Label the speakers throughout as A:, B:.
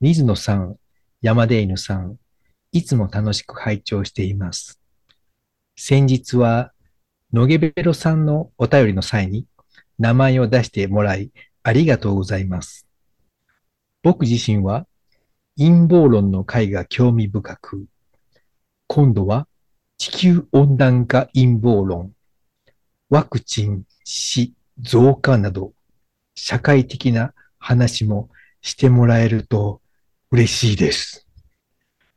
A: 水野さん、山出犬さん、いつも楽しく拝聴しています。先日は、のげべろさんのお便りの際に名前を出してもらい、ありがとうございます。僕自身は、陰謀論の回が興味深く、今度は地球温暖化陰謀論、ワクチン、死、増加など、社会的な話もしてもらえると嬉しいです。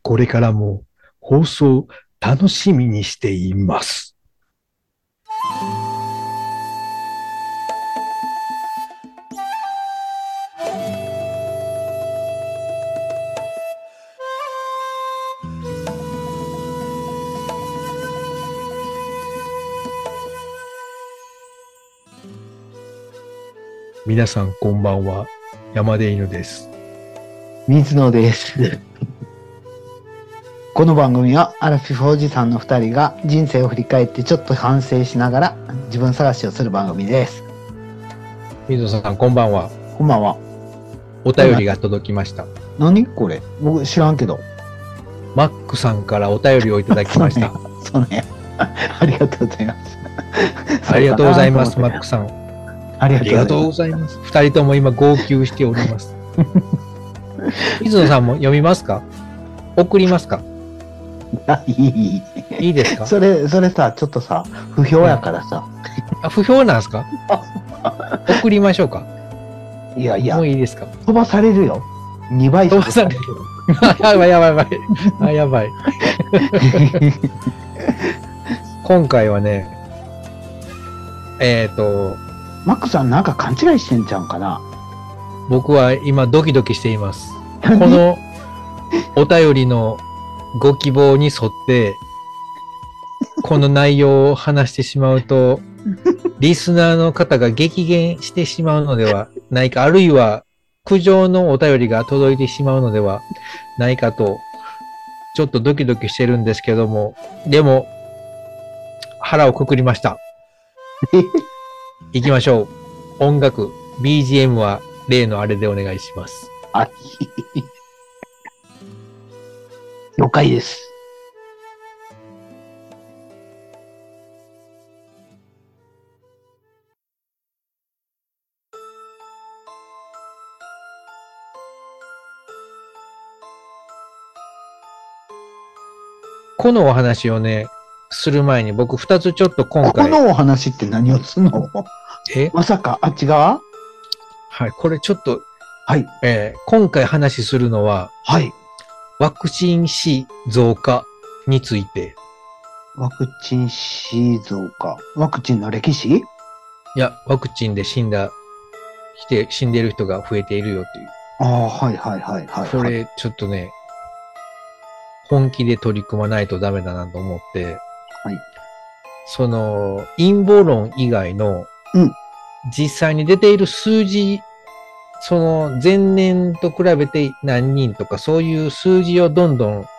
A: これからも放送楽しみにしています。皆さんこんばんは。山出犬です。
B: 水野です。 この番組はアラフィフおじさんの2人が人生を振り返ってちょっと反省しながら自分探しをする番組です。
A: 水野さんこんばんは。
B: こんばんは。
A: お便りが届きました。
B: 何これ僕知らんけど。
A: マックさんからお便りをいただきました。
B: そうね。ありがとうございます。
A: ありがとうございます、
B: そう
A: マ
B: か
A: ッ
B: な
A: クさん。
B: あり
A: ありが
B: が
A: と
B: と
A: う
B: う
A: ご
B: ござ
A: ざ
B: い
A: い
B: ます。
A: ます。二人とも今号泣しており ます。水野さんも読みますか送りますか
B: あいいいい。
A: いいですか
B: それ、それさ、ちょっとさ、不評やからさ。
A: あ不評なんですか送りましょうか
B: いやいや
A: もう、いいですか
B: 飛ばされるよ。2倍
A: 飛ば される。あやばいやばいやばい。あやばい。今回はね、えっ、と、
B: マックさんなんか勘違いしてんちゃうんかな
A: 僕は今ドキドキしています。このお便りのご希望に沿って、この内容を話してしまうと、リスナーの方が激減してしまうのではないか、あるいは苦情のお便りが届いてしまうのではないかと、ちょっとドキドキしてるんですけども、でも、腹をくくりました。行きましょう。音楽、BGM は例のあれでお願いします。
B: あ、了解です。
A: このお話をね、する前に僕二つちょっと今
B: ここ
A: 回、
B: のお話って何をすんの
A: え
B: まさか、あっち側
A: はい、これちょっと、
B: はい。
A: えー今回話するのは、
B: はい。
A: ワクチン死増加について。
B: ワクチンシーズか。ワクチンの歴史
A: いや、ワクチンで死んだ、して死んでる人が増えているよっていう。
B: ああ、はいはいはいはい、
A: こ
B: はい。
A: れ、ちょっとね、本気で取り組まないとダメだなと思って、
B: はい
A: その、陰謀論以外の、
B: うん
A: 実際に出ている数字、その、前年と比べて何人とか、そういう数字をどんどん、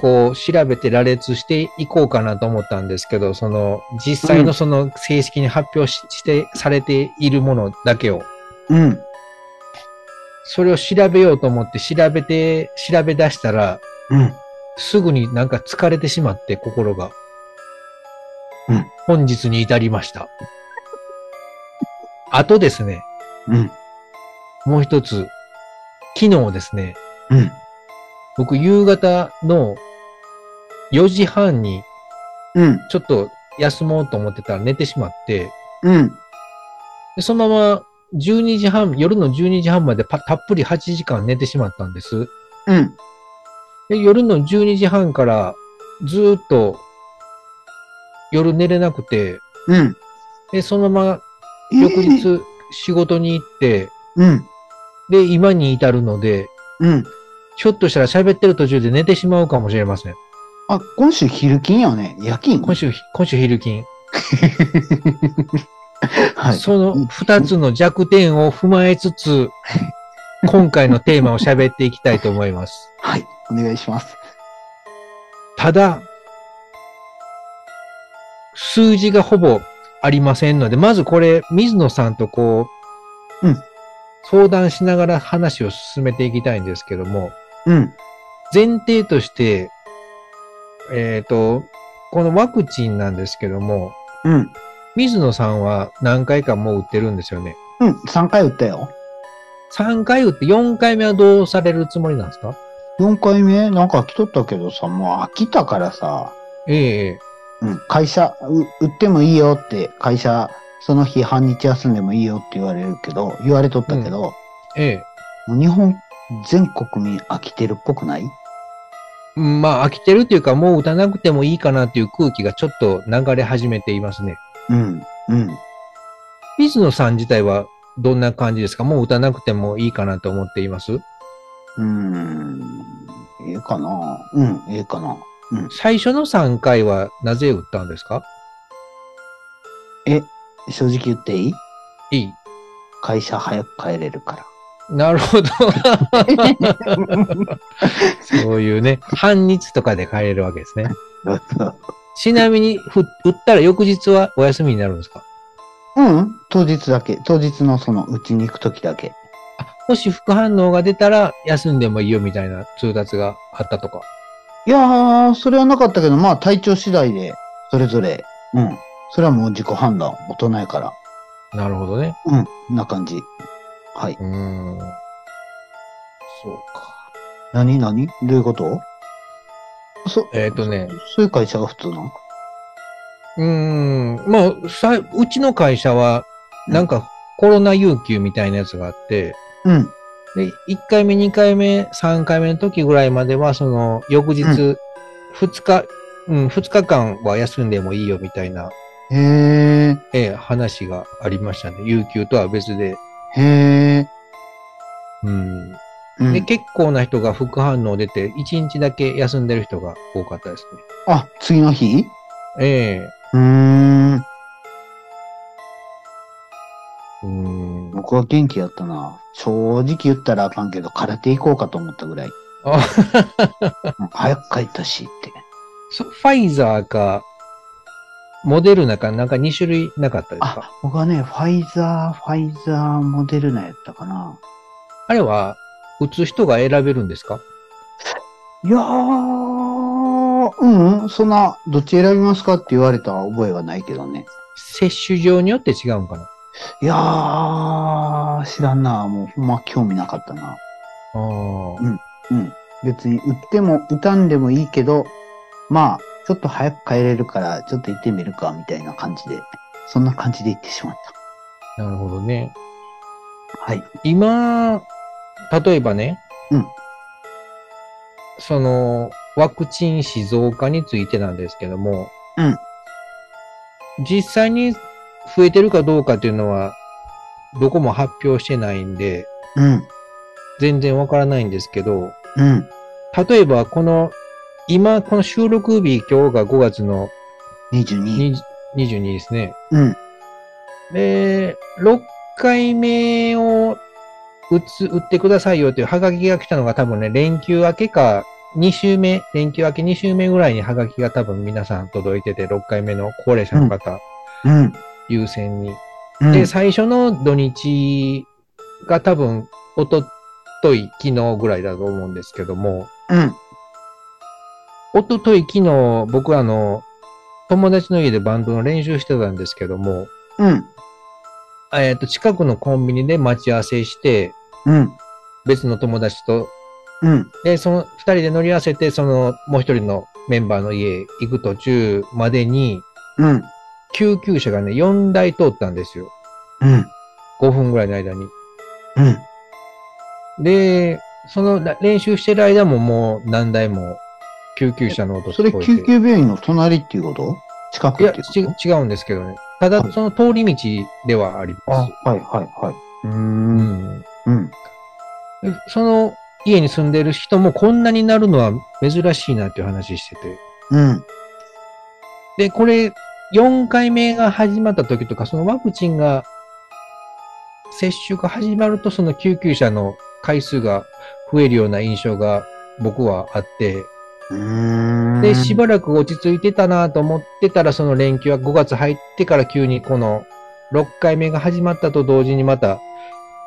A: こう、調べて羅列していこうかなと思ったんですけど、その、実際
B: う
A: の
B: ん
A: その、正式に発表しして、されているものだけを、
B: うん。
A: それを調べようと思って調べて、調べ出したら、
B: うん。
A: すぐになんか疲れてしまって、心が。
B: うん
A: 本日に至りました。あとですね、
B: うん。
A: もう一つ、昨日ですね、
B: うん。
A: 僕夕方の4時半に
B: うん。
A: ちょっと休もうと思ってたら寝てしまって、
B: うん。
A: でそのまま12時半、夜の12時半までパたっぷり8時間寝てしまったんです。
B: うん。
A: で、夜の12時半からずーっと夜寝れなくて、
B: うん。
A: で、そのま
B: え
A: ま翌日仕事に行って、
B: うん。
A: で、今に至るので、
B: うん。
A: ひょっとしたら喋ってる途中で寝てしまうかもしれません。
B: あ、今週昼金やね。夜勤
A: 今。週、今週昼勤。
B: はい。
A: その二つの弱点を踏まえつ つ、今回のテーマを喋っていきたいと思います。
B: はい。お願いします。
A: ただ、数字がほぼありませんので、まずこれ、水野さんとこう、
B: うん
A: 相談しながら話を進めていきたいんですけども、
B: うん。
A: 前提として、えっ、と、このワクチンなんですけども、
B: うん。
A: 水野さんは何回かもう打ってるんですよね。
B: うん。3回打ったよ。
A: 3回打って4回目はどうされるつもりなんですか
B: 4回目、なんか来とったけどさ、もう飽きたからさ、
A: ええ
B: うん。会社、う売ってもいいよって、会社、その日半日休んでもいいよって言われるけど、言われとったけど、
A: ええ
B: もう日本全国民飽きてるっぽくない
A: うんまあ飽きてるというかもう打たなくてもいいかなっていう空気がちょっと流れ始めていますね。
B: うん。うん。
A: 水野さん自体はどんな感じですかもう打たなくてもいいかなと思っています
B: うーん。ええかなうん、ええかな
A: 最初の3回はなぜ打ったんですか
B: 正直言っていい
A: いい。
B: 会社早く帰れるから。
A: なるほど。 そういうね、半日とかで帰れるわけですね。ちなみに、ふ打ったら翌日はお休みになるんですか
B: うん、当日だけ。当日のその、うちに行くときだけ。
A: あもし副反応が出たら休んでもいいよみたいな通達があったとか。
B: いやー、それはなかったけど、まあ体調次第で、それぞれ、うん。それはもう自己判断、大人やから。
A: なるほどね。。
B: うん、こんな感じ。はいう
A: ーん。そうか。
B: 何何どういうことそ、
A: えっ、とね、
B: そういう会社が普通なの
A: うーん、まあ、さうちの会社は、なんかコロナ有給みたいなやつがあって、
B: うん。
A: で、1回目、2回目、3回目の時ぐらいまでは、その、翌日、
B: う
A: 2日、うん、2日間は休んでもいいよみたいな、
B: へー、
A: ええ話がありましたね。有給とは別で。
B: へー。
A: うん。
B: うん
A: で、結構な人が副反応出て、1日だけ休んでる人が多かったですね。
B: あ、次の日
A: え
B: うーん。
A: えうん。
B: 僕は元気やったな。正直言ったらあかんけど、空手行こうかと思ったぐらい。
A: あ
B: うん早く帰ったしって。
A: そファイザーか、モデルナか、なんか2種類なかったですか
B: あ、僕はね、ファイザー、ファイザー、モデルナやったかな。
A: あれは、打つ人が選べるんですか
B: いやー、うん、うん、そんな、どっち選びますかって言われた覚えはないけどね。
A: 接種上によって違うんかない
B: やー、知らんな。もうほんま興味なかったな。
A: あー
B: うん。別に、打っても、打たんでもいいけど、まあ、ちょっと早く帰れるから、ちょっと行ってみるか、みたいな感じで、そんな感じで行ってしまっ
A: なるほどね。
B: た。はい。
A: 今、例えばね、
B: うん
A: その、ワクチン死増加についてなんですけども、
B: うん
A: 実際に増えてるかどうかっていうのは、どこも発表してないんで、
B: うん、
A: 全然わからないんですけど、
B: うん。
A: 例えば、この、今、この収録日、今日が5月の
B: 22。
A: 20 22ですね。
B: うん、
A: で、6回目を打つ、打ってくださいよというハガキが来たのが多分ね、連休明けか、2週目、連休明け2週目ぐらいにハガキが多分皆さん届いてて、6回目の高齢者の方
B: うん、
A: 優先に。
B: うん。
A: で、最初の土日が多分、おととい、昨日ぐらいだと思うんですけども、
B: うん、
A: おととい、昨日、僕あの、友達の家でバンドの練習してたんですけども、
B: うん、
A: えっ、と、近くのコンビニで待ち合わせして、
B: うん、
A: 別の友達と、
B: うん、
A: で、その二人で乗り合わせて、そのもう一人のメンバーの家行く途中までに、
B: うん、
A: 救急車がね、4台通ったんですよ。
B: うん、
A: 5分ぐらいの間に。
B: うん。
A: で、そのら練習してる間ももう何台も救急車の音
B: それ
A: 聞こえて
B: 救急病院の隣っていうこと近く
A: い
B: っ
A: や
B: ていうこと
A: ち、違うんですけどね。ただ、その通り道ではあり
B: あ、
A: ます。
B: はい、はい、はい。うー、
A: うんん。
B: うん、
A: でその家に住んでる人もこんなになるのは珍しいなっていう話してて。
B: うん、
A: で、これ、4回目が始まった時とか、そのワクチンが、接種が始まると、その救急車の回数が増えるような印象が僕はあって、
B: うーん。
A: で、しばらく落ち着いてたなと思ってたら、その連休は5月入ってから急にこの6回目が始まったと同時にまた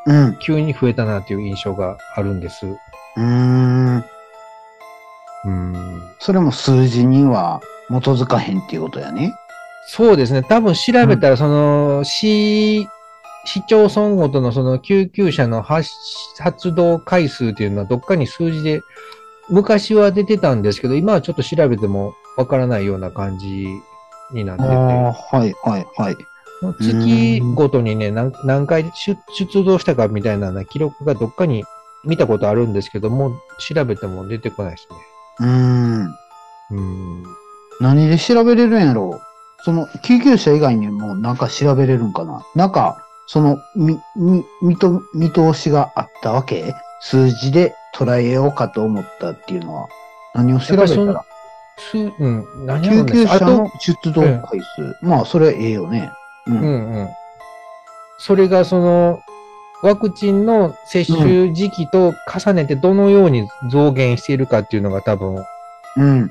B: うん。
A: 急に増えたなという印象があるんです。
B: うーん。
A: うん
B: それも数字には基づかへんっていうことやね。
A: そうですね。多分調べたら、その、市、市町村ごとのその救急車の発発動回数っていうのはどっかに数字で、昔は出てたんですけど、今はちょっと調べてもわからないような感じにな
B: あ
A: っ
B: あ、はいはいはい。
A: てて、月ごとにね、何何回出出動したかみたいな、ね、記録がどっかに見たことあるんですけども、調べても出てこないですね。
B: うーん。
A: うん。
B: 何で調べれるんやろうその救急車以外にもなんか調べれるんかななんか、その、み、み、見と、見通しがあったわけ数字で捉えようかと思ったっていうのは、何を調べた
A: やっ
B: ら
A: ぱすうん、何やろう
B: 救
A: ね
B: 急車
A: あと
B: の出動回数。まあ、それええよね。う。
A: うんんうん。それがその、ワクチンの接種時期と重ねてどのように増減しているかっていうのが多分
B: うん。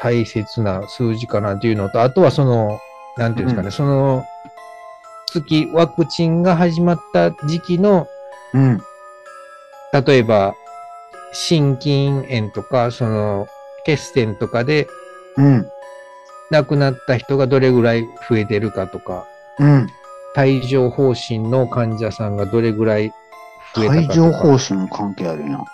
A: 大切な数字かなっていうのと、あとはその、なんていうんですかね、
B: う
A: その月ワクチンが始まった時期の、
B: うん。
A: 例えば、心筋炎とか、その、血栓とかで
B: うん。
A: 亡くなった人がどれぐらい増えてるかとか、
B: うん。
A: 帯状疱疹の患者さんがどれぐらい増えたかと
B: 帯
A: か。
B: 状疱疹も関係あるやん。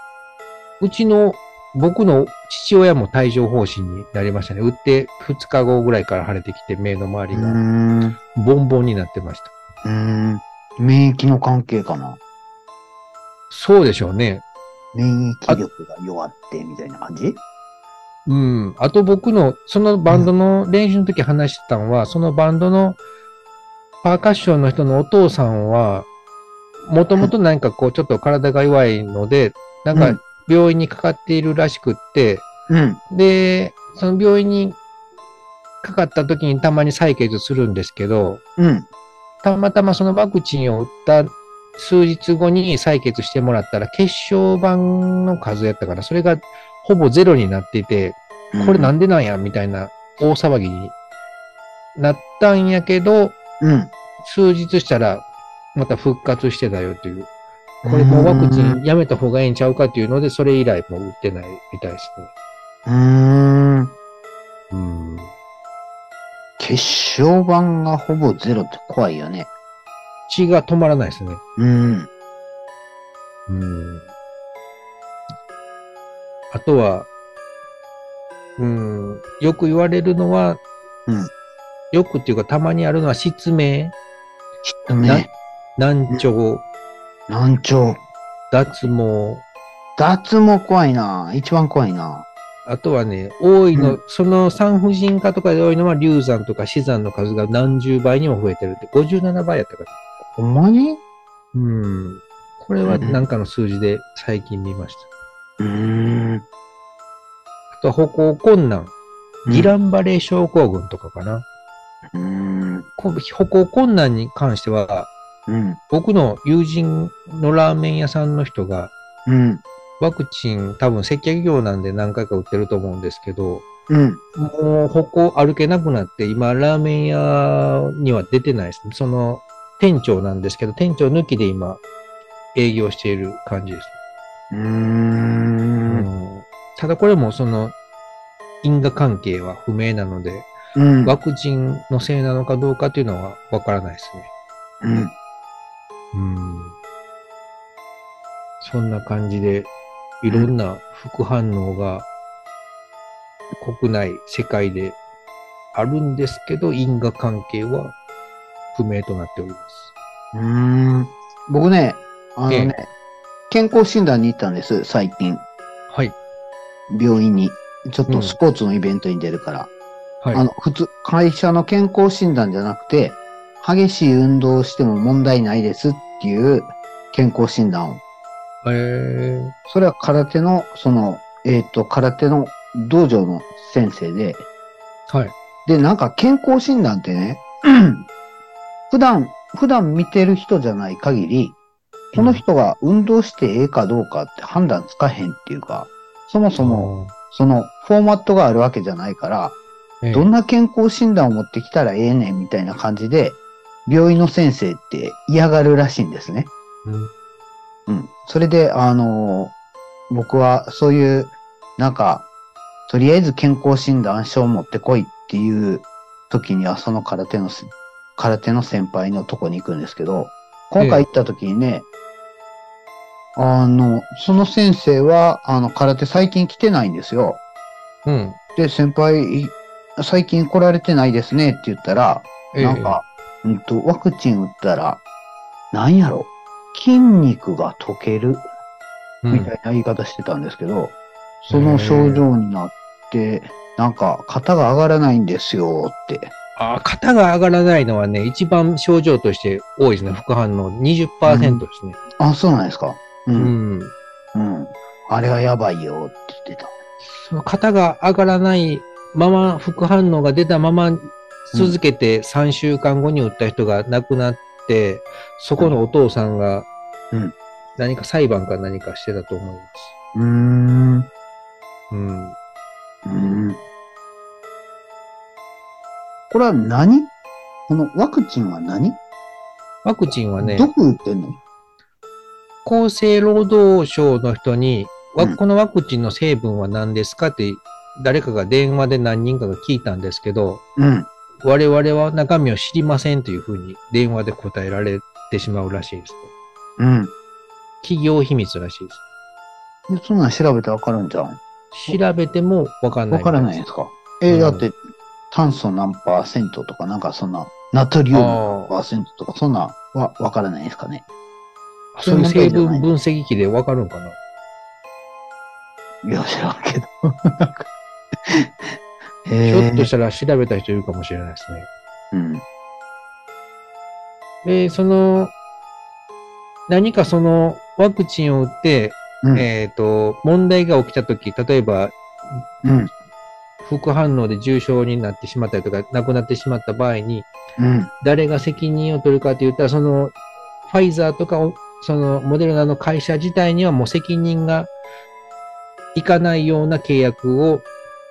A: うちの、僕の父親も帯状疱疹になりましたね。打って2日後ぐらいから腫れてきて、目の周り
B: う
A: が
B: ーん。う
A: ボンボンになってました。
B: ーん。免疫の関係かな
A: そうでしょうね。
B: 免疫力が弱ってみたいな感じ
A: うん。あと僕の、そのバンドの練習の時話してたのは、そのバンドのパーカッションの人のお父さんは、もともとなんかこう、ちょっと体が弱いので、なん
B: う
A: か
B: ん
A: 病院にかかっているらしくって、
B: うん。
A: で、その病院にかかった時にたまに採血するんですけど、
B: うん。
A: たまたまそのワクチンを打った数日後に採血してもらったら、血小板の数やったから、それがほぼゼロになっていて、これなんでなんやみたいな大騒ぎになったんやけど、
B: うん。
A: 数日したらまた復活してたよという。これもうワクチンやめた方がええんちゃうかっていうので、それ以来もう打ってないみたいですね。
B: うん。うー
A: う
B: ん。
A: ん。
B: 血小板がほぼゼロって怖いよね。
A: 血が止まらないですね。
B: うん。
A: うん。あとは、うん、よく言われるのは、
B: うん
A: よくっていうかたまにあるのは失明、
B: きっとね、
A: 難聴、
B: 難聴。
A: 脱毛、
B: 脱毛怖いな。一番怖いな。
A: あとはね、多いの、
B: う
A: その産婦人科とかで多いのは流産とか死産の数が何十倍にも増えてるって、57倍やったかな。
B: ほんまに
A: うん。これはなんかの数字で最近見ました。
B: うー
A: あ
B: ん。
A: とは歩行困難、ギランバレー症候群とかかな。
B: うーん。
A: こ歩行困難に関しては、
B: うん。
A: 僕の友人のラーメン屋さんの人が、
B: うん。
A: ワクチン多分接客業なんで何回か売ってると思うんですけど、
B: うん。
A: もう歩行歩けなくなって、今ラーメン屋には出てないですね。その店長なんですけど、店長抜きで今営業している感じです。
B: うー。
A: うんんただこれもその因果関係は不明なので、
B: うん。
A: ワクチンのせいなのかどうかというのはわからないですね。
B: うん。
A: うんそんな感じで、いろんな副反応が国内、世界であるんですけど、因果関係は不明となっております。
B: うーん。僕ね、あのね、健康診断に行ったんです、最近。
A: はい。
B: 病院に。ちょっ
A: う
B: と
A: ん
B: スポーツのイベントに出るから。
A: はい。
B: あの、普通、会社の健康診断じゃなくて、激しい運動をしても問題ないですっていう健康診断を。
A: えー、
B: それは空手の、その、えっ、と、空手の道場の先生で、
A: はい。
B: で、なんか健康診断ってね、 普段、普段見てる人じゃない限り、この人が運動してええかどうかって判断つかへんっていうか、そもそも、そのフォーマットがあるわけじゃないから、
A: えー、
B: どんな健康診断を持ってきたらええねんみたいな感じで、病院の先生って嫌がるらしいんですね。
A: うん。
B: うん。それで、あのー僕はそういう、なんか、とりあえず健康診断書を持ってこいっていう時には、その空手のせ、空手の先輩のとこに行くんですけど、今回行った時にね、あの、その先生は、あの、空手最近来てないんですよ。
A: うん。
B: で、先輩、い最近来られてないですねって言ったら、
A: ええ
B: なんか、うんと、ワクチン打ったら、なんやろ、筋肉が溶ける
A: う
B: みた
A: ん。
B: いな言い方してたんですけど、その症状になって、なんか、肩が上がらないんですよって。
A: あー肩が上がらないのはね、一番症状として多いですね。副反応20%ですね。
B: あ、そうなんですか。う、
A: うんん。
B: うん。あれはやばいよって言ってた。
A: その肩が上がらないまま、副反応が出たまま続けて3週間後に打った人が亡くなって、そこのお父さんが
B: うん
A: 何か裁判か何かしてたと思います。
B: うーん。う
A: うん。
B: ーん。これは何このワクチンは何、
A: ワクチンはね、
B: どこ打ってんの
A: 厚生労働省の人に、わ
B: うん
A: このワクチンの成分は何ですかって誰かが電話で何人かが聞いたんですけど、
B: うん。
A: 我々は中身を知りませんというふうに電話で答えられてしまうらしいですね。
B: うん。
A: 企業秘密らしいです。
B: でそんなん調べてわかるんじゃん。
A: 調べてもわかんない。
B: わからないんですかえー
A: うん
B: だって、炭素何パーセントとか、なんかそんな、ナトリウム何パーセントとか、そんなんはわからないですかね。
A: そういう
B: そうい
A: 成
B: う問題じゃな
A: 分
B: い
A: 分析器でわかるんかない
B: や、知らんけど。 へ
A: ひょっと
B: え
A: したら調べた人いるかもしれないですね。
B: うん。
A: で、その、何かそのワクチンを打って、
B: うん。
A: えっと、問題が起きたとき、例えば
B: うん。
A: 副反応で重症になってしまったりとか、亡くなってしまった場合に、
B: うん。
A: 誰が責任を取るかって言ったら、その、ファイザーとかを、その、モデルナの会社自体にはもう責任がいかないような契約を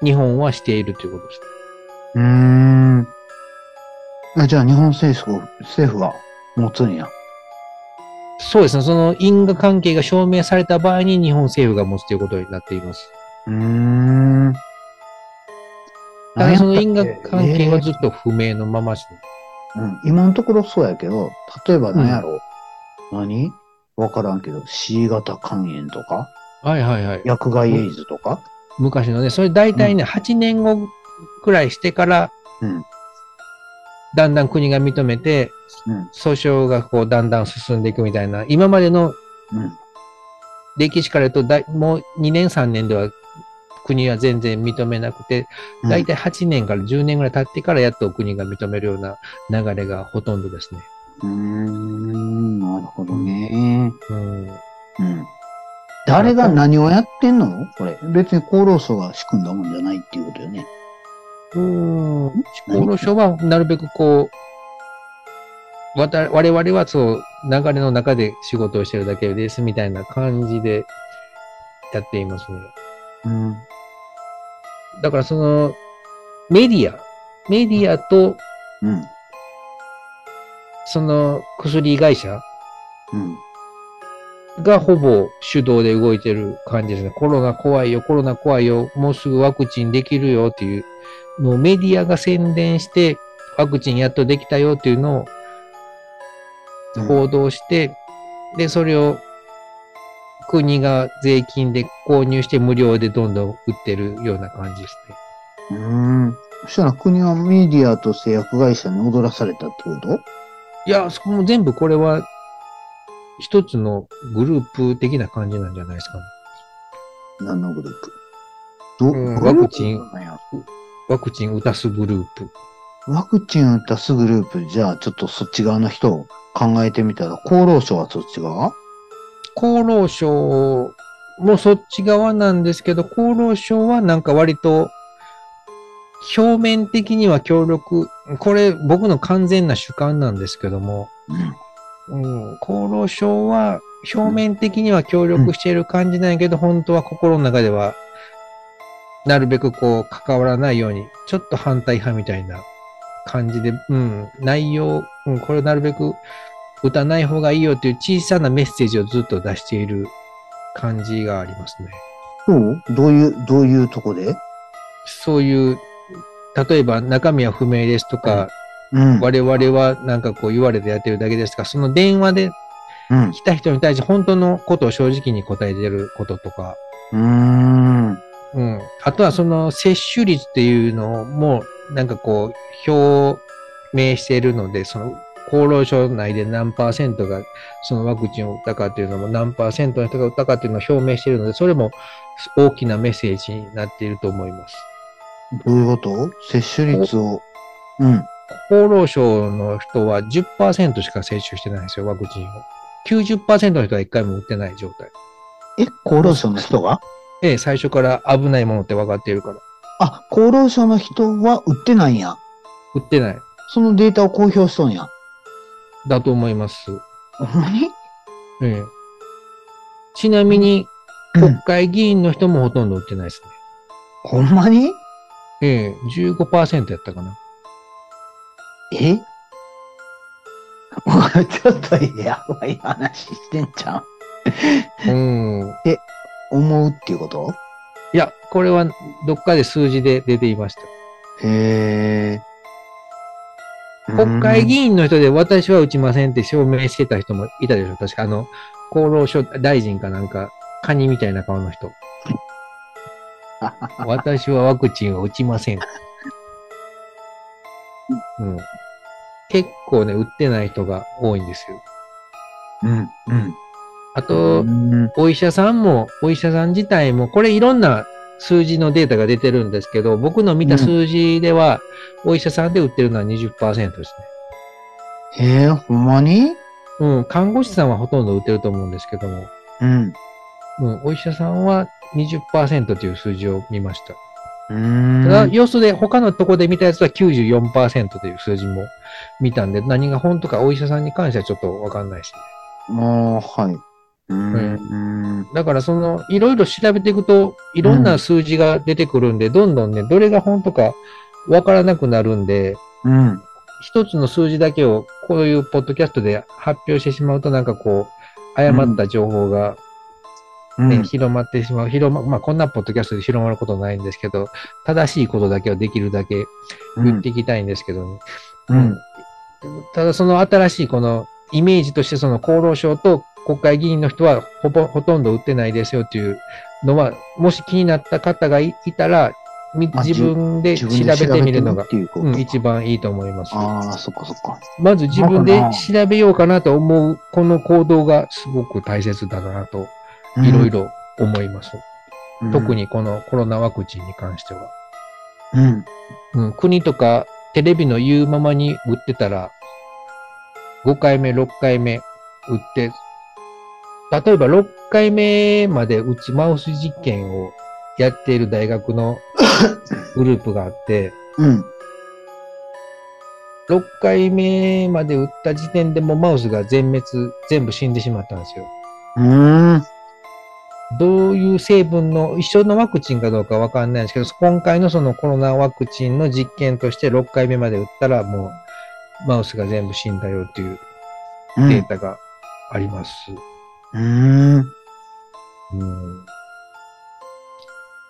A: 日本はしているということです。
B: うーん。あじゃあ、日本政府、政府は持つんや。
A: そうですね。その因果関係が証明された場合に日本政府が持つということになっています。
B: うーん。
A: ただその因果関係は
B: えー
A: ずっと不明のままですね。
B: うん、今のところそうやけど、例えば何やろ、う何わからんけど、C 型肝炎とか、
A: はいはいはい。
B: 薬害エイズとか、
A: 昔のね、それ大体ね、8年後くらいしてから、
B: うん
A: だんだん国が認めて、
B: うん
A: 訴訟がこうだんだん進んでいくみたいな、今までの
B: うん、
A: 歴史から言うとだい、もう2年3年では国は全然認めなくて、
B: うん
A: 大体8年から10年ぐらい経ってからやっと国が認めるような流れがほとんどですね。
B: うーん、なるほどね。
A: うん
B: うん。誰が何をやってんのこれ。別に厚労省が仕組んだもんじゃないっていうことよね。
A: うん。厚労省はなるべくこう、わた我々はそう、流れの中で仕事をしてるだけですみたいな感じでやっていますね。
B: うん。
A: だからその、メディア、メディアと
B: うん。
A: その薬会社
B: うん。
A: がほぼ主導で動いてる感じですね。コロナ怖いよ、コロナ怖いよ、もうすぐワクチンできるよっていうのをメディアが宣伝して、ワクチンやっとできたよっていうのを報道して、で、それを国が税金で購入して無料でどんどん売ってるような感じですね。
B: うん。そしたら国はメディアと製薬会社に踊らされたってこと
A: いや、そこも全部これは一つのグループ的な感じなんじゃないですかね。
B: 何のグループど
A: うん
B: グループ
A: ワクチン
B: なんや
A: ワクチン打たすグループ。
B: ワクチン打ったすグループ、じゃあちょっとそっち側の人を考えてみたら、厚労省はそっち側
A: 厚労省もそっち側なんですけど、厚労省はなんか割と表面的には協力、これ僕の完全な主観なんですけども、
B: うん。
A: うん、厚労省は表面的には協力している感じなんやけど、本当は心の中では、なるべくこう関わらないように、ちょっと反対派みたいな感じで、うん、内容、うん、これなるべく歌わない方がいいよっていう小さなメッセージをずっと出している感じがありますね。
B: そうどういう、どういうとこで
A: そういう、例えば中身は不明ですとか、
B: うん。
A: 我々はなんかこう言われてやってるだけですとか、その電話で
B: うん。
A: 来た人に対して本当のことを正直に答えてることとか、
B: うーん。
A: うん。あとはその接種率っていうのも、なんかこう、表明しているので、その、厚労省内で何パーセントがそのワクチンを打ったかっていうのも何パーセントの人が打ったかっていうのを表明しているので、それも大きなメッセージになっていると思います。
B: どういうこと接種率を。うん。
A: 厚労省の人は10%しか接種してないんですよ、ワクチンを。90%の人は1回も打ってない状態。
B: え、厚労省の人が
A: ええ、最初から危ないものって分かっているから。
B: あ、厚労省の人は売ってないんや。
A: 打ってない。
B: そのデータを公表しとんや。
A: だと思います。
B: ほんまに
A: ええ。ちなみに、
B: うん
A: 国会議員の人もほとんど打ってないですね。
B: ほんまに
A: ええ、15%やったかな。
B: え これちょっとやばい話してんじゃん。
A: うん。
B: 思うっていうこと
A: いや、これはどっかで数字で出ていました。
B: へえ。
A: 国会議員の人で私は打ちませんって証明してた人もいたでしょ。確かあの、厚労省大臣かなんか、カニみたいな顔の人。私はワクチンを打ちません。うん。結構ね、打ってない人が多いんですよ。
B: うん、うん。
A: あと、お医者さんも、お医者さん自体も、これいろんな数字のデータが出てるんですけど、僕の見た数字では、お医者さんで打ってるのは20%ですね。
B: へえ、ほんまに
A: うん、看護師さんはほとんど打ってると思うんですけども、
B: うん。
A: うん、お医者さんは20%という数字を見ました。
B: う
A: ただ、
B: ーん。
A: 要するに他のとこで見たやつは94%という数字も見たんで、何が本当かお医者さんに関してはちょっとわかんないですね。
B: もう、はい。うーん。
A: だからその、いろいろ調べていくと、いろんな数字が出てくるんで、どんどんね、どれが本当かわからなくなるんで、
B: うん。
A: 一つの数字だけをこういうポッドキャストで発表してしまうと、なんかこう、誤った情報が
B: う
A: ね、
B: ん。
A: 広まってしまう。広ま、まあ、こんなポッドキャストで広まることないんですけど、正しいことだけをできるだけ言っていきたいんですけどね、
B: うん。
A: ただその新しいこのイメージとしてその厚労省と国会議員の人はほぼほとんど打ってないですよっていうのは、もし気になった方がいいたら、み
B: まあ
A: 自分で調べてみるのが
B: 自、分で調べてみるっていうこと
A: うん一番いいと思います。
B: ああ、そっかそっか。
A: まず自分
B: な
A: で
B: んかな
A: 調べようかなと思う、この行動がすごく大切だなと、いろいろ思います。
B: うん
A: 特。にこのコロナワクチンに関しては。
B: うん。
A: うん、国とかテレビの言うままに打ってたら、5回目、6回目打って、例えば6回目まで打つマウス実験をやっている大学 のグループがあって、
B: うん。
A: 6回目まで打った時点でもうマウスが全滅、全部死んでしまったんですよ。
B: うん。
A: どういう成分の、一緒のワクチンかどうかわかんないんですけど、今回のそのコロナワクチンの実験として6回目まで打ったらもう、マウスが全部死んだよっていう
B: う
A: デー
B: ん。
A: タがあります。
B: うん。
A: うん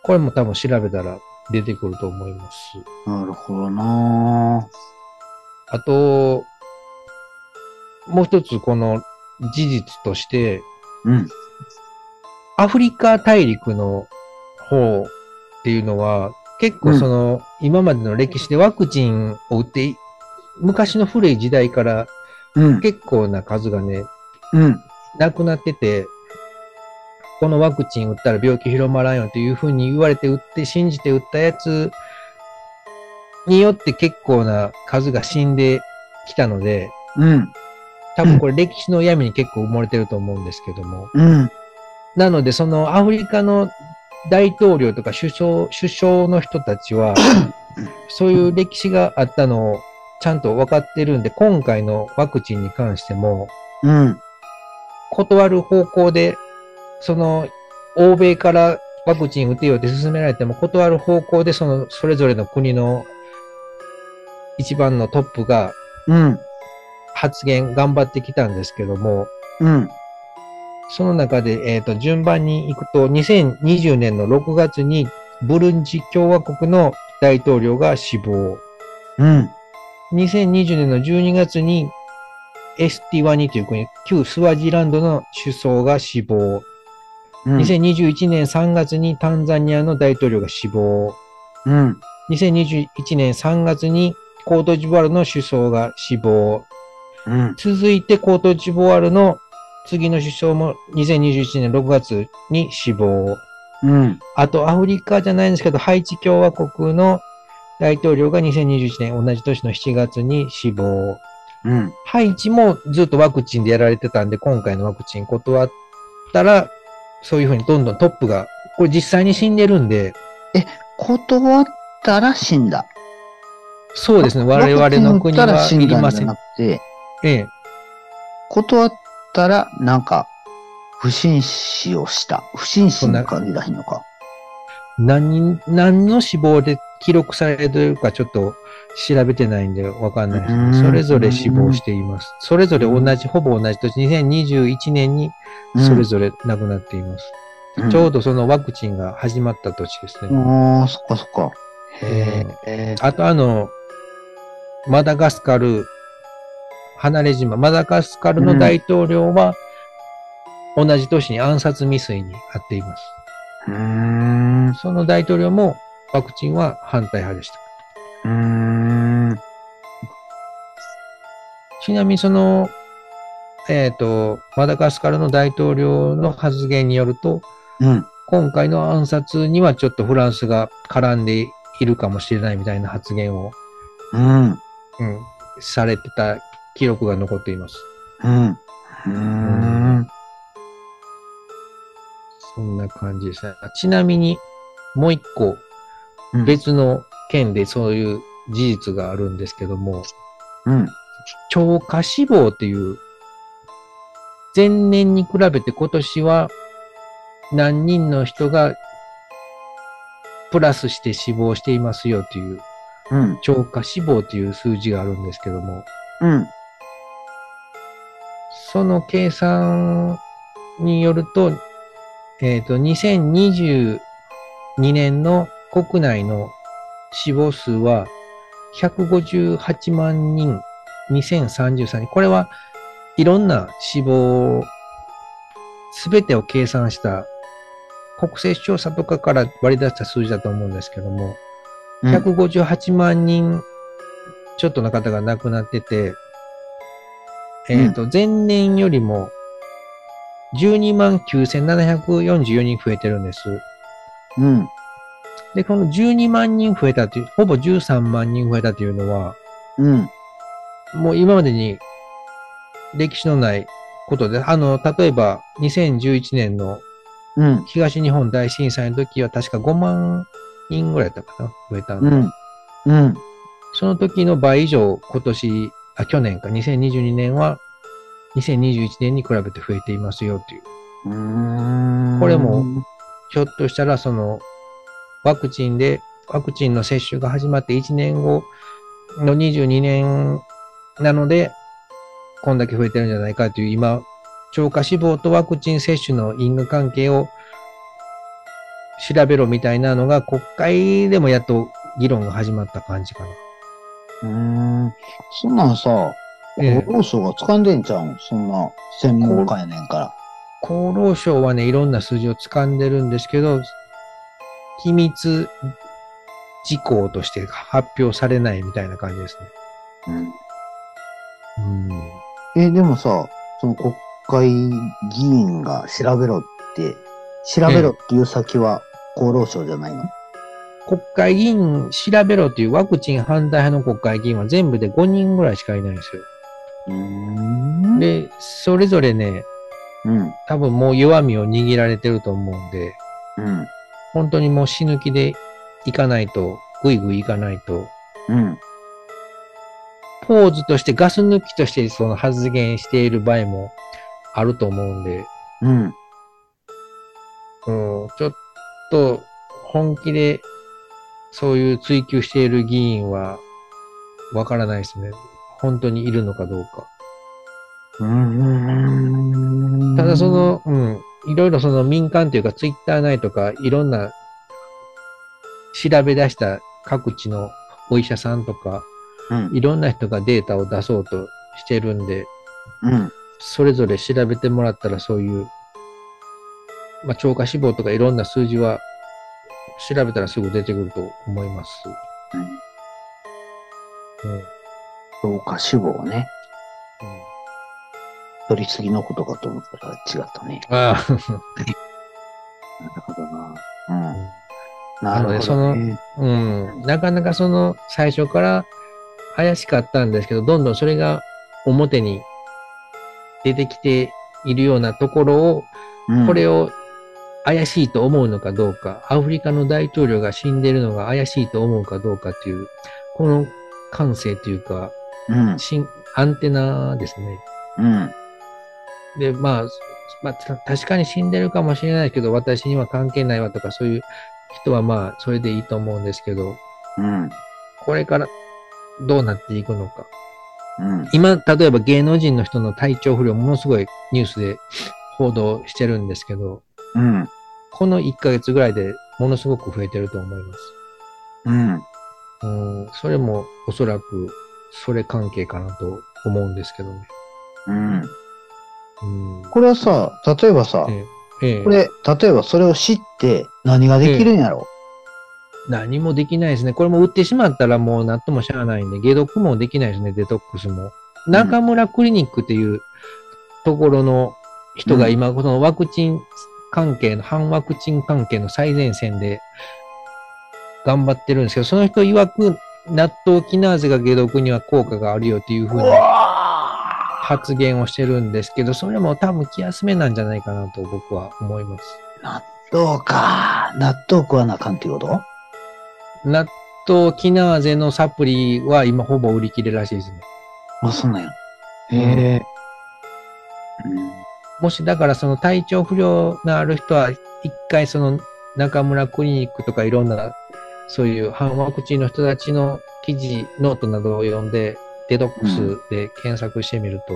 A: これも多分調べたら出てくると思います。
B: なるほどな
A: あと、もう一つこの事実として、
B: うん。
A: アフリカ大陸の方っていうのは、結構その、今までの歴史でワクチンを打ってい、昔の古い時代から
B: うん。
A: 結構な数がね、
B: うん。
A: なくなってて、このワクチン打ったら病気広まらんよというふうに言われて打って、信じて打ったやつによって結構な数が死んできたので、
B: うん。
A: 多分これ歴史の闇に結構埋もれてると思うんですけども、
B: うん。
A: なので、そのアフリカの大統領とか首相、首相の人たちは、そういう歴史があったのをちゃんと分かってるんで、今回のワクチンに関しても、
B: うん。
A: 断る方向で、その、欧米からワクチン打てよって勧められても、断る方向で、その、それぞれの国の一番のトップが
B: うん。
A: 発言頑張ってきたんですけども、
B: うん。
A: その中で、えっ、と、順番に行くと、2020年の6月に、ブルンジ共和国の大統領が死亡。
B: うん。
A: 2020年の12月に、エスティワニという国、旧スワジランドの首相が死亡。
B: うん。
A: 2021年3月にタンザニアの大統領が死亡。
B: うん。
A: 2021年3月にコートジボワールの首相が死亡。
B: うん。
A: 続いてコートジボワールの次の首相も2021年6月に死亡。
B: うん。
A: あとアフリカじゃないんですけど、ハイチ共和国の大統領が2021年同じ年の7月に死亡。
B: うん。
A: ハイチもずっとワクチンでやられてたんで、今回のワクチン断ったら、そういうふうにどんどんトップが、これ実際に死んでるんで、
B: 断ったら死んだ。
A: そうですね、我々の国
B: ワク
A: は
B: チン打
A: いり
B: ったら死んだ
A: ま
B: んじ
A: せ
B: ゃ
A: ん
B: な。くて、
A: ええ、
B: 断ったら、なんか、不審死をした。不審死の限らへんのか。
A: 何、何の死亡で記録されてるかちょっと調べてないんでわかんないですけ
B: う
A: ど、
B: ん
A: それぞれ死亡しています。それぞれ同じ、ほぼ同じ年、2021年にそれぞれ亡くなっています。
B: うん
A: ちょうどそのワクチンが始まった年ですね。
B: ああ、そっかそっか。
A: え
B: え。
A: あとあの、マダガスカル、離れ島、マダガスカルの大統領は、同じ年に暗殺未遂に遭っています。
B: うーん。う
A: その大統領もワクチンは反対派でした。
B: ーん。
A: ちなみにその、えっ、と、マダガスカルの大統領の発言によると、
B: うん。
A: 今回の暗殺にはちょっとフランスが絡んでいるかもしれないみたいな発言を、
B: う
A: う
B: ん。
A: ん、されてた記録が残っています。
B: うん。うーん。
A: そんな感じですね。ちなみに、もう一個、
B: うん。
A: 別の県でそういう事実があるんですけども、
B: うん。
A: 超過死亡っていう、前年に比べて今年は何人の人がプラスして死亡していますよという、
B: うん。
A: 超過死亡という数字があるんですけども、
B: うん。
A: その計算によると、えっ、と、2022年の国内の死亡数は158万人2033人。これはいろんな死亡、すべてを計算した国勢調査とかから割り出した数字だと思うんですけども、
B: うん。
A: 158万人ちょっとの方が亡くなってて、
B: ん
A: えっ、と、前年よりも12万9744人増えてるんです。
B: うん。
A: で、この12万人増えたという、ほぼ13万人増えたというのは、
B: うん。
A: もう今までに歴史のないことで、あの、例えば2011年の
B: うん。
A: 東日本大震災の時は確か5万人ぐらいだったかな、増えたの
B: う
A: が
B: ん。うん。
A: その時の倍以上、今年、あ、去年か、2022年は、2021年に比べて増えていますよという。
B: うーん
A: これも。ひょっとしたら、その、ワクチンで、ワクチンの接種が始まって1年後の22年なので、こんだけ増えてるんじゃないかという、今、超過死亡とワクチン接種の因果関係を調べろみたいなのが、国会でもやっと議論が始まった感じかな。
B: うーん。そんなんさ、
A: ええ
B: 厚労省が掴んでんじゃうん。そんな専門家やねんから。
A: 厚労省はね、いろんな数字を掴んでるんですけど、秘密事項として発表されないみたいな感じですね。
B: うん。
A: うん。
B: え、でもさ、その国会議員が調べろって、調べろっていう先は厚労省じゃないの
A: 国会議員調べろというワクチン反対派の国会議員は全部で5人ぐらいしかいないんですよ。
B: うーん。
A: で、それぞれね、
B: うん。
A: 多分もう弱みを握られてると思うんで、
B: うん。
A: 本当にもう死ぬ気で行かないと、ぐいぐい行かないと、
B: うん。
A: ポーズとしてガス抜きとしてその発言している場合もあると思うんで、
B: うん。
A: うん、ちょっと本気でそういう追求している議員はわからないですね。本当にいるのかどうか。
B: うん
A: ただそ、の、うん、いろいろその民間というか、ツイッター内とか、いろんな調べ出した各地のお医者さんとか、
B: うん、
A: いろんな人がデータを出そうとしてるんで、
B: うん、
A: それぞれ調べてもらったらそういう、まあ、超過死亡とかいろんな数字は調べたらすぐ出てくると思います。うん。
B: 老化死亡ね。
A: うん
B: 取りすぎのことかと思ったら違ったね。
A: ああ、
B: なるほどな。うん。
A: なの
B: な
A: で
B: る
A: そ
B: ほ
A: の
B: ど、ね。
A: うん、なかなかその最初から怪しかったんですけど、どんどんそれが表に出てきているようなところを、
B: うん
A: これを怪しいと思うのかどうか、アフリカの大統領が死んでるのが怪しいと思うかどうかっていう、この感性というか、
B: うん、
A: しんアンテナですね。
B: うん、
A: で、まあ、まあ、た確かに死んでるかもしれないけど、私には関係ないわとか、そういう人はまあ、それでいいと思うんですけど、
B: うん、
A: これからどうなっていくのか。
B: うん、
A: 今、例えば芸能人の人の体調不良、ものすごいニュースで報道してるんですけど、
B: うん、
A: この1ヶ月ぐらいでものすごく増えてると思います。
B: うん。
A: うん、それもおそらく、それ関係かなと思うんですけどね。
B: うん
A: うん、
B: これはさ、例えばさ、
A: ええええ
B: これ、例えばそれを知って何ができるんやろ、
A: 何もできないですね。これも売ってしまったらもう何ともしゃあないんで、解毒もできないですね、デトックスも。中村クリニックっていうところの人が今、このワクチン関係の、反ワクチン関係の最前線で頑張ってるんですけど、その人曰く納豆キナーゼが解毒には効果があるよっていうふう
B: う
A: に
B: わ
A: 発言をしてるんですけど、それも多分気休めなんじゃないかなと僕は思います。
B: ーどうか。納豆食わなあかんっていうこと
A: 納豆キナーゼのサプリは今ほぼ売り切れらしいですね。
B: あ、そうなんや。へえ。
A: もしだからその体調不良のある人は、一回その中村クリニックとかいろんな、そういう反ワクチンの人たちの記事、ノートなどを読んで、デトックスで検索してみると、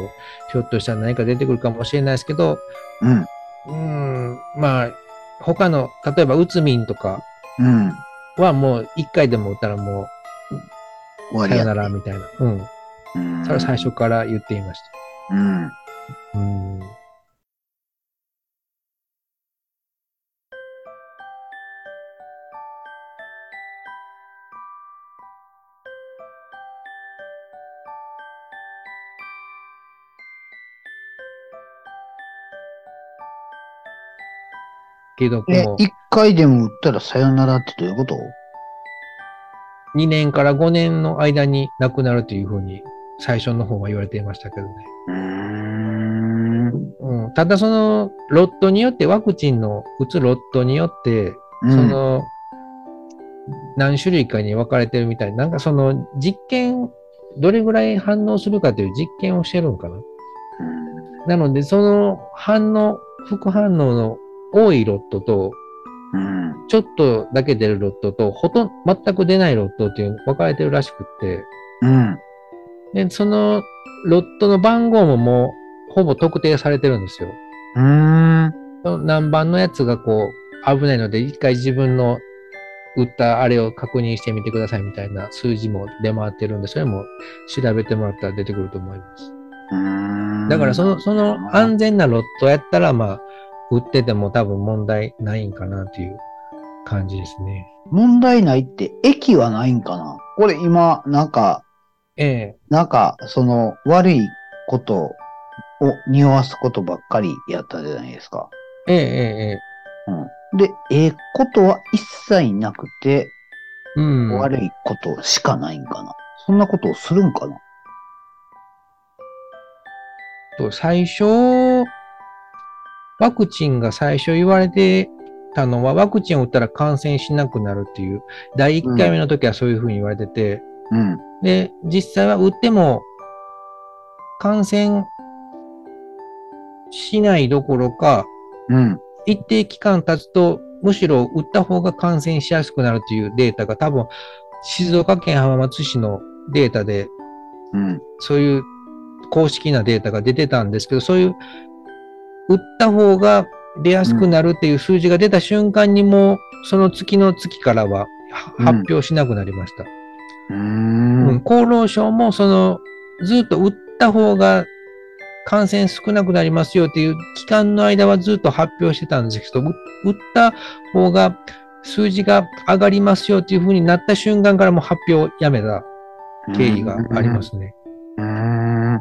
A: ひょっとしたら何か出てくるかもしれないですけど、
B: うん。
A: うーん、まあ、他の、例えば、うつみんとか
B: うん。うん。
A: はもう一回でも打ったらも
B: 終
A: う、
B: わ
A: さ
B: りや。
A: よならみたいな。うん。
B: うん。
A: それは最初。から言っていまし
B: うん。
A: た。うん。けど、
B: え
A: も、う
B: 一回でも売ったらさよならってどういうこと
A: 2年から5年の間に亡くなるというふうに最初の方は言われていましたけどね。
B: うーん。
A: うん、ただそのロットによって、ワクチンの打つロットによって、
B: うん
A: その、何種類かに分かれてるみたい。なんかその実験、どれぐらい反応するかという実験をしてるんかな。なので、その反応、副反応の多いロットと、
B: うん。
A: ちょっとだけ出るロットと、ほとんど、全く出ないロットっていう、分かれてるらしくって、
B: うん。
A: で、そのロットの番号ももう、ほぼ特定されてるんですよ。
B: うん。うん。
A: その何番のやつがこう、危ないので、一回自分の打ったあれを確認してみてくださいみたいな数字も出回ってるんで、それも調べてもらったら出てくると思います。
B: うん
A: だからその、その安全なロットやったら、まあ、売ってても多分問題ないんかなという感じですね。
B: 問題ないって、駅はないんかなこれ今、なんか、
A: ええ。
B: なんか、その、悪いことを匂わすことばっかりやったじゃないですか。
A: ええ、ええ、ええ。
B: うん。で、ええことは一切なくて、
A: うん。
B: 悪いことしかないんかな。そんなことをするんかな
A: と、最初、ワクチンが最初言われてたのは、ワクチンを打ったら感染しなくなるっていう、第1回目の時はそういうふうに言われてて、
B: うん。
A: で、実際は打っても、感染しないどころか、
B: うん。
A: 一定期間経つと、むしろ打った方が感染しやすくなるというデータが多分、静岡県浜松市のデータで、
B: うん。
A: そういう公式なデータが出てたんですけど、そういう、売った方が出やすくなるっていう数字が出た瞬間にもう、その月の月からはは
B: うん
A: 発表しなくなりました。
B: う
A: うん
B: ん。。
A: 厚労省も、その、ずっと打った方が感染少なくなりますよっていう期間の間はずっと発表してたんですけど、う打った方が数字が上がりますよっていう風になった瞬間からもう発表をやめた経緯がありますすね。
B: うん。
A: うん。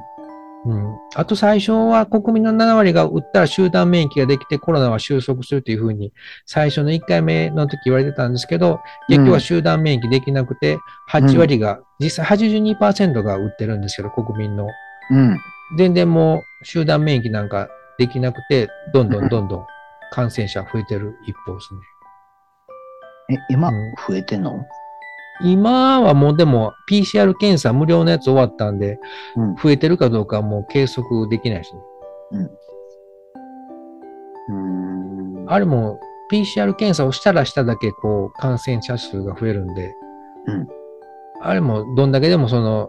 A: あと最初は国民の7割が打ったら集団免疫ができてコロナは収束するというふうに最初の1回目の時言われてたんですけど、結局は集団免疫できなくて8割が、実際82%が打ってるんですけど、国民の。
B: うん。
A: 全然もう集団免疫なんかできなくて、どんどんどんどん感染者増えてる一方ですね。
B: え、今
A: うん、
B: 増えてんの
A: 今はもうでも PCR 検査無料のやつ終わったんで
B: うん、
A: 増えてるかどうかはもう計測できないですね。
B: うん。
A: あれも PCR 検査をしたらしただけこう感染者数が増えるんで、
B: うん
A: あれもどんだけでもその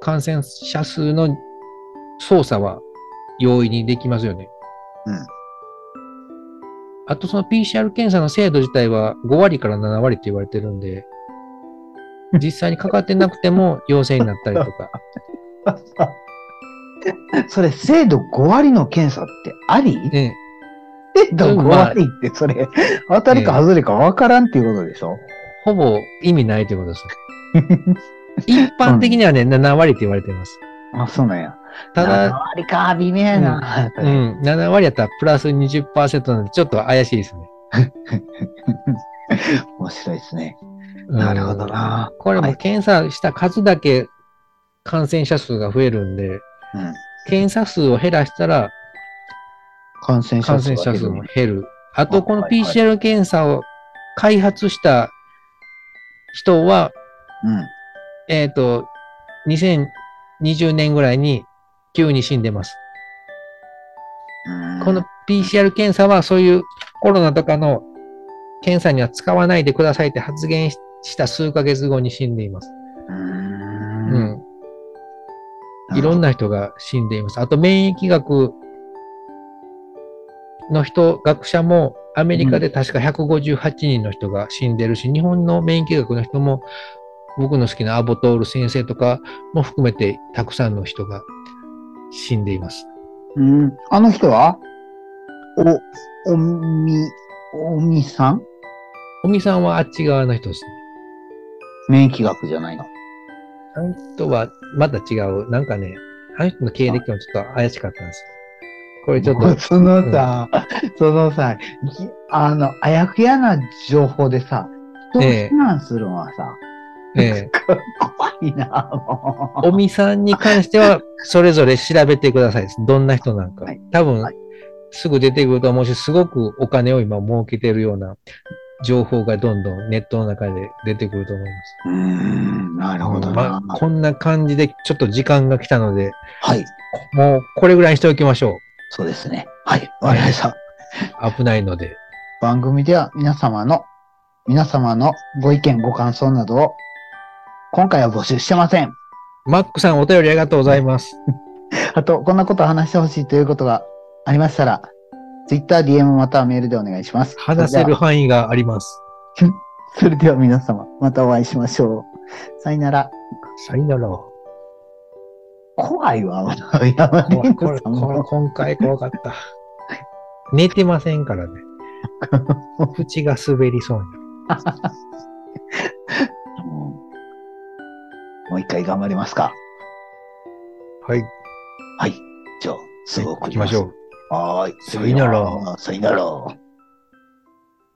A: 感染者数の操作は容易にできますよね。
B: うん
A: あとその PCR 検査の精度自体は5割から7割って言われてるんで、 実際にかかってなくても陽性になったりと か。
B: それ、精度5割の検査ってあり
A: ね
B: 精度5割って、それ、当たりか外れか分からんっていうことでしょ
A: ほぼ意味ないということです。 一般的にはね、7割って言われてます。
B: あ、そうなんや。
A: ただ
B: 7、割か、微妙やな。やっぱ
A: う
B: り
A: ん、7割やったらプラス20%なんで、ちょっと怪しいですね。
B: 面白いですね。
A: うん
B: なるほど。な。
A: これ
B: は
A: も
B: い
A: 検査した数だけ感染者数が増えるんで、
B: うん
A: 検査数を減らしたら
B: 感染者
A: 感染
B: 数が減
A: 者
B: る
A: 数も減る。あと、この
B: はいはい
A: PCR 検査を開発した人は、
B: うん。
A: えっ、と、2020年ぐらいに急に死んでます。
B: うん
A: この PCR 検査はそういうコロナとかの検査には使わないでくださいって発言しした数ヶ月後に死んでいます。
B: う
A: うんん。いろんな人が死んでいます。あと免疫学の人、学者もアメリカで確か158人の人が死んでるし、日本の免疫学の人も僕の好きなアボトール先生とかも含めてたくさんの人が死んでいます。
B: うん。あの人はお、おみ、おみさん
A: 尾身さんはあっち側の人ですね。
B: 免疫学じゃないの。
A: あの人はまた違う。なんかね、あの人の経歴もちょっと怪しかったんです。これちょっと、
B: そのさ、そのさ、ぎあの、あやふやな情報でさ、人を
A: ええ
B: 非難するのはさ、
A: ええ、
B: 怖いな、も
A: 尾身さんに関しては、それぞれ調べてくださいです。どんな人なんか
B: はい。
A: 多分
B: はい、
A: すぐ出てくると思うし、すごくお金を今儲けてるような情報がどんどんネットの中で出てくると思います。
B: う。うーん、なるほどな。
A: まあこんな感じで、ちょっと時間が来たので、
B: はい、
A: もうこれぐらいにしておきましょう。
B: そうですね。はい、わかりました。
A: 危ないので。
B: 番組では皆様の、皆様のご意見、ご感想などを、今回は募集してません。
A: マックさん、お便りありがとうございます。
B: あと、こんなことを話してほしいということがありましたら、Twitter、DM またはメールでお願いします。
A: 話せる範囲があります。
B: それでは皆様、またお会いしましょう。さよなら。
A: さよなら。
B: 怖いわ、山田
A: 怖い、こ
B: さ
A: れ、
B: ん
A: これ
B: も。
A: 今回怖かった。寝てませんから ね。口が滑りそうになる。
B: もうもう一回頑張りますか。
A: はい、
B: はい。じゃあ、すぐ送
A: 行
B: り
A: きましょ
B: う。
A: う。
B: はーい。
A: さよなら
B: さよなら。